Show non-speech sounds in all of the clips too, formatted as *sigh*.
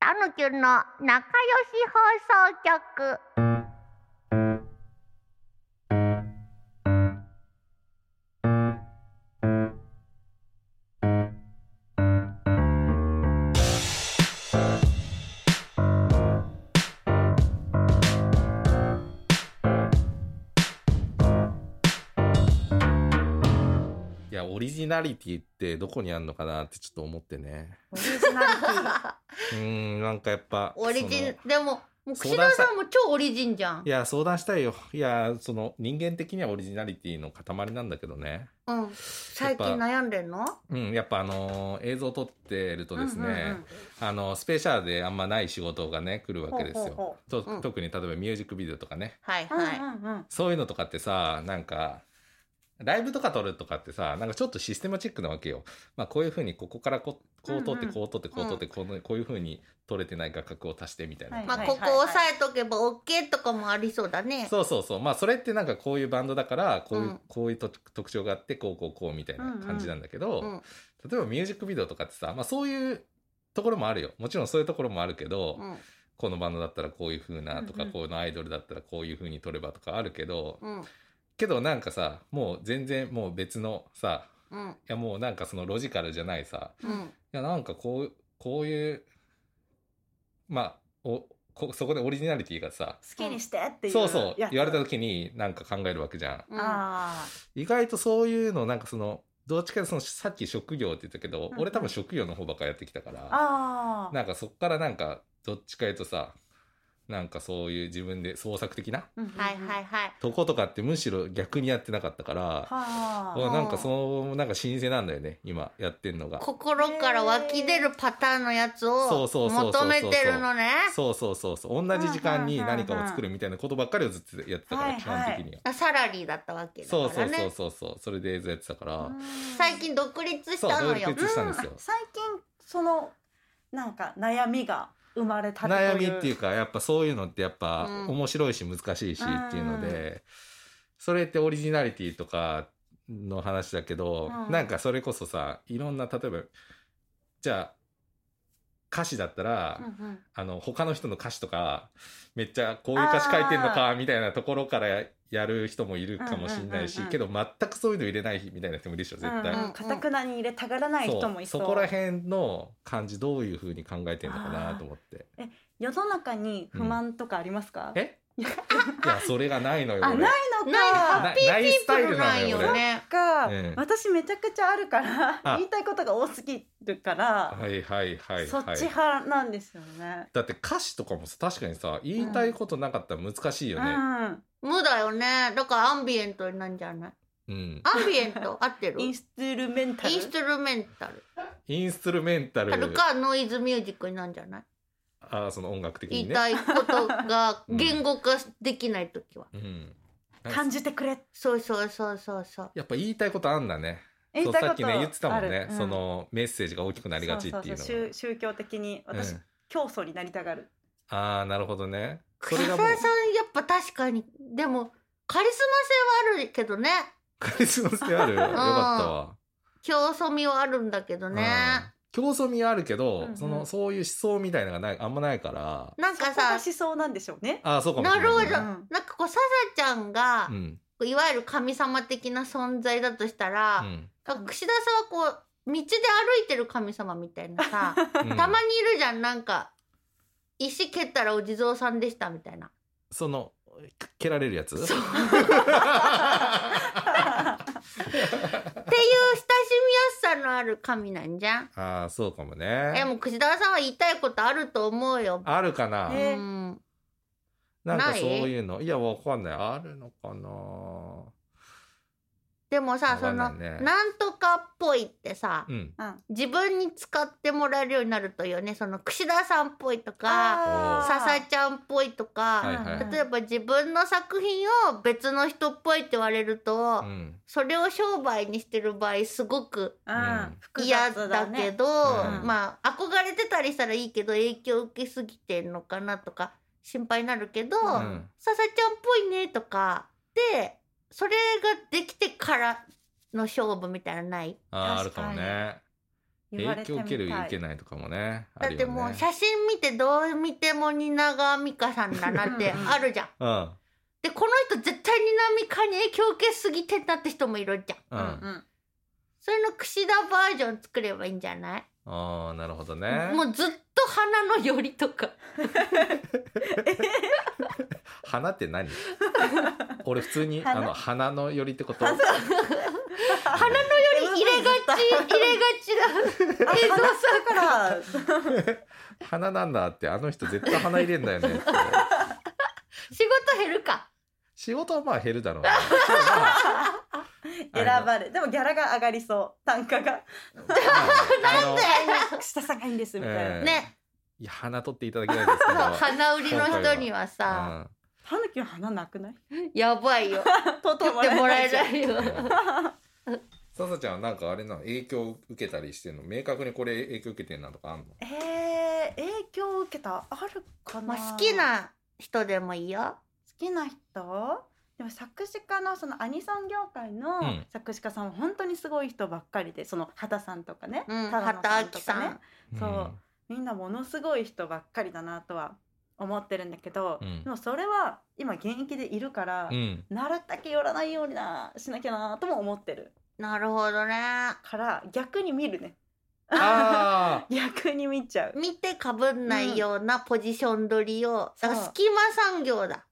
タヌキュンの仲良し放送局いやオリジナリティってどこにあるのかなってちょっと思ってねオリジナリティうーんなんかやっぱ *laughs* オリジそのンでももう相串談田したさんも超オリジンじゃんいや相談したいよいやその人間的にはオリジナリティの塊なんだけどねうん最近やっぱ悩んでんのうんやっぱあのー映像撮ってるとですうね、んうんうんあのスペシャルであんまない仕事がね来るわけですよほうほとうん特に例えばミュージックビデオとかねはいうんうんはい、うんそういうのとかってさなんかライブとか撮るとかってさなんかちょっとシステマチックなわけよ。まあこういうふうにここからここう撮ってうんうんこう撮ってこう撮ってこうこういうふうに撮れてない画角を足してみたいな。はいまあここ押さえとけば OK とかもありそうだねそうそうそうまあそれってなんかこういうバンドだからこういう,、うんこういうと特徴があってこうこうこうみたいな感じなんだけど、うん例えばミュージックビデオとかってさ、まあ、そういうところもあるよもちろんそういうところもあるけど、うんこのバンドだったらこういう風なとか、うんうんこのアイドルだったらこういう風に撮ればとかあるけど、うんけどなんかさもう全然もう別のさうんいやもうなんかそのロジカルじゃないさうんいやなんかこうこういうまあおこそこでオリジナリティがさ好きにしてっていうそうそうやつ言われた時になんか考えるわけじゃん。うんあ意外とそういうのなんかそのどっちかというとそのさっき職業って言ったけど、うんうん俺多分職業の方ばっかやってきたからーあーなんかそっからなんかどっちかいうとさなんかそういう自分で創作的なうんうんうんはいはいはいとことかってむしろ逆にやってなかったからはうんなんかそのなんか老舗なんだよね今やってんのが心から湧き出るパターンのやつそをうそうそうそうそ求うめてるのねそうそうそうそう同じ時間に何かを作るみたいなことばっかりをずっとやってたかはらい基本的にはサラリーだったわけだかそうそらうそうねそうそうそれで映像やってたから最近独立したのよそう独立したんですよう最近そのなんか悩みが生まれたと悩みっていうかかやっぱそういうのってやっぱうん面白いし難しいしっていうので、それってオリジナリティとかの話だけど、うんなんかそれこそさいろんな例えばじゃあ歌詞だったら、うんうんあの他の人の歌詞とかめっちゃこういう歌詞書いてんのかみたいなところからややる人もいるかもしれないし、うんうんうんけど全くそういうの入れないみたいな人もいるでしょ絶対。んかたくなに入れたがらない人もいそうそこら辺の感じどういうふうに考えてんのかなと思って世の中に不満とかありますか、えいやそれがないのよあない俺のないかハなッピーないピースタイプルルななんんよよねか、ええ私めちゃくちゃあるからあ言いたいことが多すぎるから、はいはいはいはいそっち派なんですよね。だって歌詞とかもさ確かにさ言いたいことなかったら難しいよね無だよねだからアンビエントなんじゃないうん、アンビエント合ってうるん、イインンストゥルメンタルストゥルメンタルインストゥルメンタルあるかノイズミュージックになんじゃないあーその音楽的言にいねたいことが言語化できない時は、うん、感じてくれそうそうそうそうそうやっぱ言いたいことあんだね言いそたういさっこきとね言ってたもんねあ、るそのメッセージが大きくうんなりがちっていうのそがそそ宗宗教的に私、うん教祖になりたがるああなるほどねそ草れさが *laughs* んもうやっぱ確かにでもカリスマ性はあるけどねカリスマ性あるよかったわ競争味はあるんだけどね、うん競争味はあるけど、うんうんそのそういう思想みたいなのがないあんまないからなんそこかがさ思想なんでしょうね。ああそうかもしなれるほなど、いね、うんなんかこうささちゃんが、うんいわゆる神様的な存在だとしたうら、んなんか串田さんはこう道で歩いてる神様みたいなさうんたまにいるじゃんなんか石蹴ったらお地蔵さんでしたみたいなその蹴られるやつ *laughs* そうあ *laughs* っていう親しみやすさのある神なんじゃん。ああそうかもねえもう串田さんは言いたいことあると思うよ。あるかな、えうん、なんかないそういうのいやわかんないあるのかなでもさわそかんなの、いねなんとかっぽいってさ、うん自分に使ってもらえるようになるといいよねその串田さんっぽいとかーささちゃんっぽいとはいか、はい例えば自分の作品を別の人っぽいって言われると、うんそれを商売にしてる場合すごくあーうん複嫌雑だだけね。どうんまあ憧れてたりしたらいいけど影響受けすぎてんのかなとか心配になるけど、うさんさちゃんっぽいねとかでそれができてからの勝負みたいなのないあーある確かかもにね言わ影れて響み受けるた受いけないとかもねあだっるよてねもう写真見てどう見ても蜷川美香さんだなってあるじゃん。うんでこの人絶対蜷川美香に影響受けすぎてんだって人もいるじゃん。うん、あうんそれの櫛田バージョン作ればいいんじゃないあーなるほどねもうずっと花のよりとか。花っ *laughs* て何俺普通にあ花の花の寄りってこと花花の入れがち、入れがちだ。 *laughs* あ映像花だから花なんだってあの人絶対花入れんだよねって仕事減るか。仕事はまあ減るだろうね、ま選ばれでもギャラが上がりそう単 *laughs* 価がああの下さがいいんですみたいな、えーね。いや花取っていただきたいですけ *laughs* そうど、花売りの人にはさ、タヌキの花なくないやばいよ。取っ取ってもらえないないよ。うんささちゃんはなんかあれなの影響を受けたりしてんの明確にこれ影響受けてんなとかあんのえー、影響を受けたあるかな、まあ好きな人でもいいよ。好きな人でも作詞家のそのアニソン業界のうん作詞家さんは本当にすごい人ばっかりでその畑さんとかね、うん、タラノ畑明さねん。そうみんなものすごい人ばっかりだなとは思ってるんだけど、うんでもそれは今現役でいるから、うん、うんなるだけ寄らないようになしなきゃなとも思ってるなるほどね。から逆に見るねあ逆に見ちゃう見てかぶんないようなポジション取りを、だからそう隙間産業だ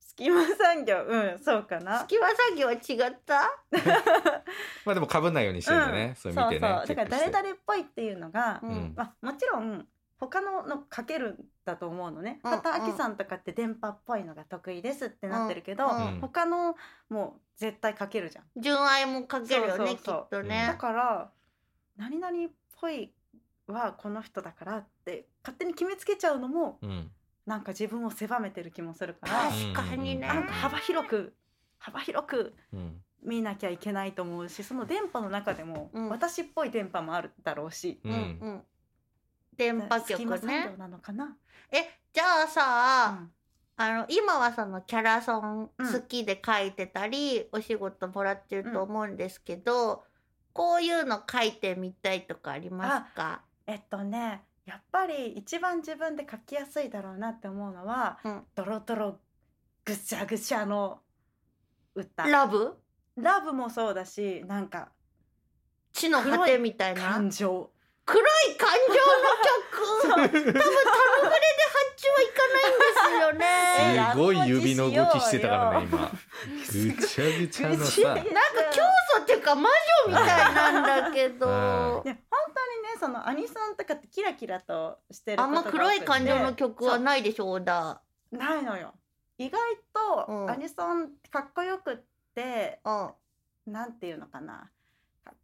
隙間産業うんそうかな隙間産業は違ったーまあでもかぶんないようにしてんだね、それ見てねチそうそうェだッからクして誰々っぽいっていうのが、うんうんまあ、もちろん他ののかけるんだと思うのねうんうん畑明さんとかって電波っぽいのが得意ですってなってるけど、うんうん他のもう絶対かけるじゃん、純愛もかけるよねそうそうそうきっとうんだね、から何々っぽいはこの人だからって勝手に決めつけちゃうのもうんなんか自分を狭めてる気もするから、確かにね、うんなんか幅広く幅広くうん見なきゃいけないと思うしその電波の中でもうん私っぽい電波もあるだろうし、うんうんうん電波隙間局産ね業なのかな、えじゃあうさ、んあの今はそのキャラソンうん好きで書いてたり、お仕事もらってると思うんですけど、こういうの書いてみたいとかありますかえっとねやっぱり一番自分で書きやすいだろうなって思うのは、うんドロドロぐしゃぐしゃの歌ララブブもそうだしなんか地の果てみたいな感情黒い感情の曲多分 *laughs* タブレで発注はいかないんですよえね。 *laughs* すごい指の動きしてたからね乱暴今ぐちゃぐちゃのぐしゃさ *laughs* なぐしゃんか競争っていうか魔女みたいなんだけどは、ね本当にねそのアニソンとかってキラキラとしてるこあとんがま黒い感情の曲は多くてないでしょうだ。そうないのよ意外うとんアニソンかっこよくって、うん、なんていうのかな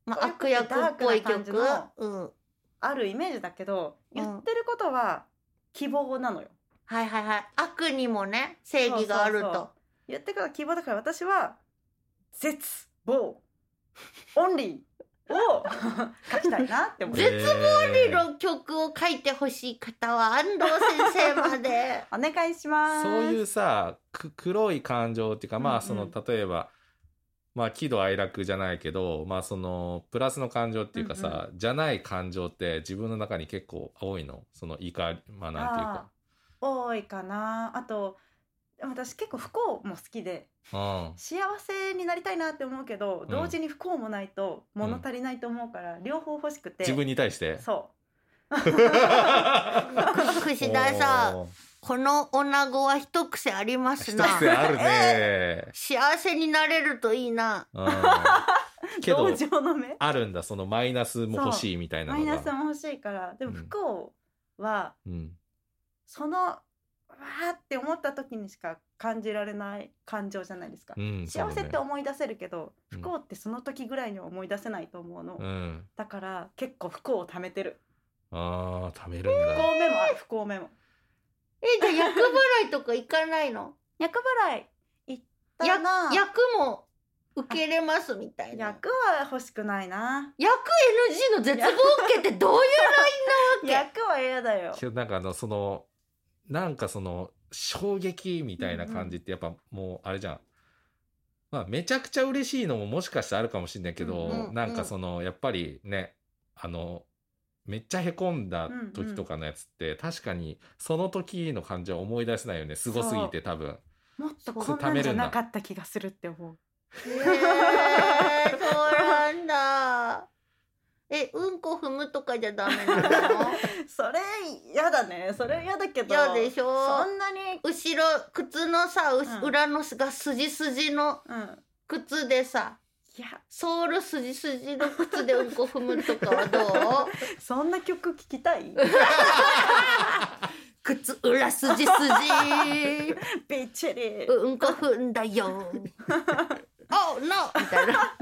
まあ悪役っぽい曲。うん、あるイメージだけどうん言ってることは希望なのよはいはいはい。悪にもね正義があるそうそうと。言ってることは希望だから私は絶望オンリーを書きたいなって思う絶望緑の曲を書いてほしい方は安藤先生ま *laughs* で。お願いしますそういううさく黒い感情っていうかまあうんうんその、例えばまあ喜怒哀楽じゃないけどまあそのプラスの感情っていうかさ、じゃない感情って自分の中に結構多いのその怒りまあなんていうか。多いかなあと私結構不幸も好きでうん幸せになりたいなって思うけどん同時に不幸もないと物足りないと思うから、両方欲しくて自分に対して。 *laughs* そ串田さん。この女子は一癖あります一な。癖ある *laughs* ね。幸せになれるといいな。うん、うけど同情の目あるんだそのマイナスも欲しいみたいなマのイが。ナスも欲しいからでもうん不幸はうんそのわーって思った時にしか感じられない感情じゃないですか、うん、幸せってそう思い出せるけど、うん不幸ってその時ぐらいには思い出せないと思うの、だねうん。だから結構不幸を貯めてるああ貯めるん不だ。幸メモある不幸メモえ、じゃあ役払いとか行かないの役払い行ったな役も受けれますみたいな。役は欲しくないな役 NG の絶望受けってどういうライン *laughs* なわけ役は嫌だよけどなんかあのそのなんかその衝撃みたいな感じってやっぱもうあれじゃん、まあ、めちゃくちゃ嬉しいのももしかしてあるかもしれないけど、うんうんうんなんかそのやっぱりねあのめっちゃへこんだ時とかのやつって、確かにその時の感じは思い出せないよねすごすぎて多分もっとこんなんじゃなかった気がするって思う。へえー、そうなんだ。え、うんこ踏むとかじゃダメなのそれ嫌だね。それ嫌だけど。嫌でしょそんなに。後ろ、靴のさ、うしうん裏のが筋筋のうん。靴でさ、いや、ソール筋筋の靴でうんこ踏むとかはど *laughs* うそんな曲聞きたい。靴裏筋筋、びっちりう。うんこ踏んだ *laughs* よ。oh no! みたいな。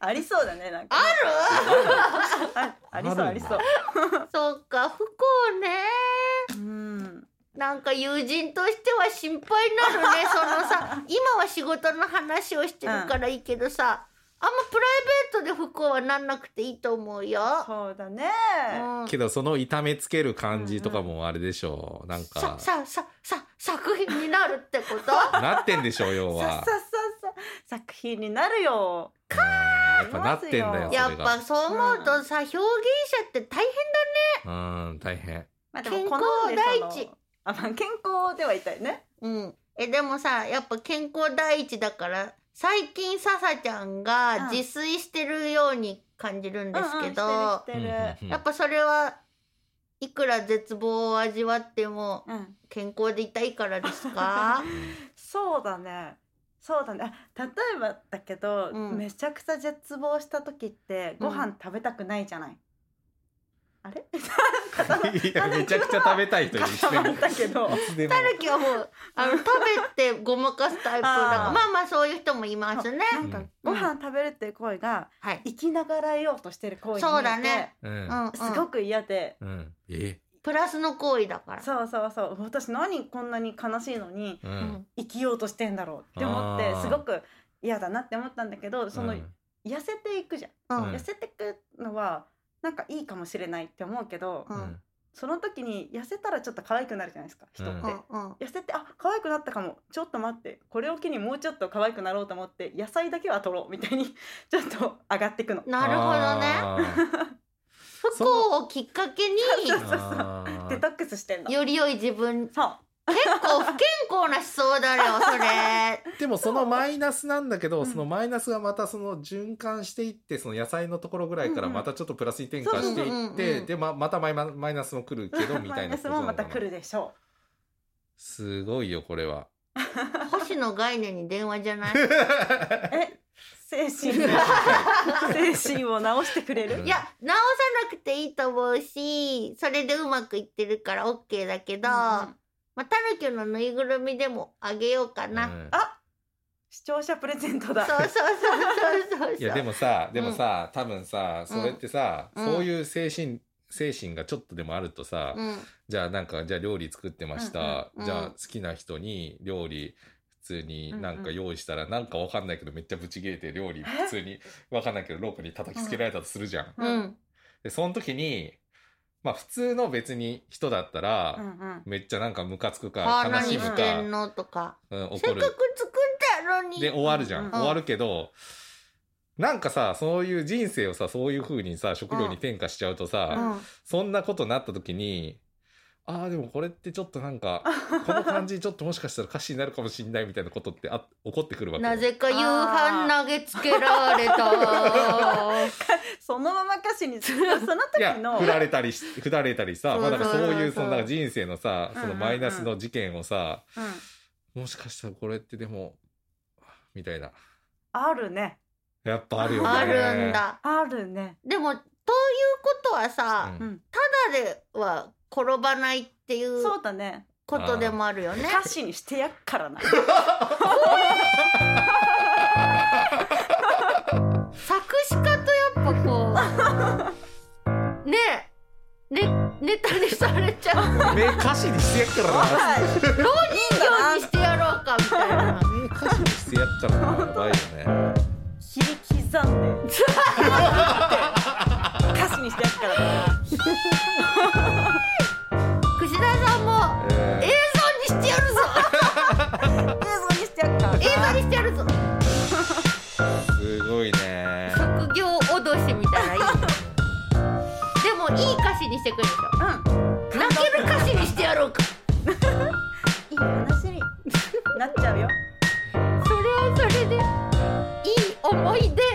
ありそうだね。なんか。ある。ありそう、ありそう。そうか、不幸ね。うん。なんか友人としては心配になる *laughs* ねそのさ今は仕事の話をしてるからいいけどさ、あんまプライベートで不幸はなんなくていいと思うよ。そうだね。うんけどその痛めつける感じとかもあれでしょう、なんさかさささ作品になるってこと *laughs* なってんでしょう要さはさささ作品になるよ。やっぱなってんだよそれやがっぱそう思うとさ、表現者って大変うん大変まあ健康好んでその第一あ、まあ健康ではいたいね。うん、えでもさやっぱ健康第一だから最近笹ちゃんがうん自炊してるように感じるんですけど、うんうんしてるしてる。うんうんうんやっぱそれはいくら絶望を味わってもうん、健康でいたいからですかそうだね。そうだね。あ例えばだけど、うんめちゃくちゃ絶望した時ってうんご飯食べたくないじゃない。あれ？ *laughs* いやめちゃくちゃ食べたいという固まったけどい。つでもたぬきはもうあの食べてごまかすタイプだからあーまあまあそういう人もいますね。なんかご飯食べるっていう行為がはい、生きながらえようとしてる行為そうだに見えねてうんうんうん、すごく嫌で、うんえプラスの行為だから。そうそうそう私何こんなに悲しいのにうん、うん生きようとしてんだろうって思ってあーすごく嫌だなって思ったんだけどそうの、ん痩せていくじゃん、うんうん痩せてくのはなんかいいかもしれないって思うけど、うんその時に痩せたらちょっと可愛くなるじゃないですか人って、うんうんうん痩せてあ可愛くなったかもちょっと待ってこれを機にもうちょっと可愛くなろうと思って野菜だけは取ろうみたいにちょっと上がっていくのなるほどね。 *laughs* ね不幸をきっかけにあーデトックスしてんのより良い自分。 *laughs* 結そう構不健康な思想だよそれ。でもそのマイナスなんだけど、うんそのマイナスがまたその循環していってその野菜のところぐらいからうんうんまたちょっとプラスに転換してそうそういうんっうんて、うんでままたマイママイナスも来る *laughs* けどみマたイいナなスこともな *laughs* まのかたな来るでしょすごいよこれは星野概念に電話じゃない。うえ精 *laughs* 神精神を治してくれるうんいや直さなくていいと思うしそれでうまくいってるから OK だけど、うんうんまあ、タヌキのぬいぐるみでもあげようか *laughs* な、うんあ視聴者プレゼントだそうそうそうそうそういやでもさでもさ、多分さそれってさ、うんそういう精神精神がちょっとでもあるとさ、うんじゃあなんかじゃあ料理作ってました、うんうんじゃうんあ好きな人に料理普通になんうんうかん用意したらなんかわかんないけどめっちゃブチ切れて料理え普通にわかんないけどロープに叩きつけられたとするじゃん。うん、でその時にまあ普通の別に人だったら、うんうん *laughs* めっちゃなんかムカつくあかー悲何しむしかてんのとかうん、せ怒っかくる作ったのにで終わるじゃん、うん終わるけどなんかさそういう人生をさそういう風にさ食料に転嫁しちゃうとさ、うんそんなことになった時に、ああ、でもこれってちょっとなんか、この感じちょっともしかしたら歌詞になるかもしんないみたいなことってあ起こってくるわけよ。なぜか夕飯投げつけら *laughs* れたそのまま歌詞にする *laughs* そのいや、時の振られたりし、 *laughs* 振られたりさ、そうまそあうだからそういう、そそそうのうなんか人生のさ、うんそのマイナスの事件をさ、うんもしかしたらこれってでも、みたいな。あるねやっぱあるよね。あるん。だあるねでもということはさ、うんただでは転ばないっていうそうだねことでもあるよね歌詞にしてやっか *laughs* らな作詞家とやっぱこうねえねネタにされちゃう *laughs* ね、歌詞にしてやっからな。 *laughs* はい今日にしてやろうかみたいなね、歌詞にしてやっからな。やばいよね。切り刻んで歌詞にしてやっからな串田さんもえ映像にしてやるぞ映像にしてやっから映像にしてやるぞー、すごいね。職業脅しみたいないいでもいい歌詞になっちゃうよ。 *laughs* それはそれでいい思い出 *laughs*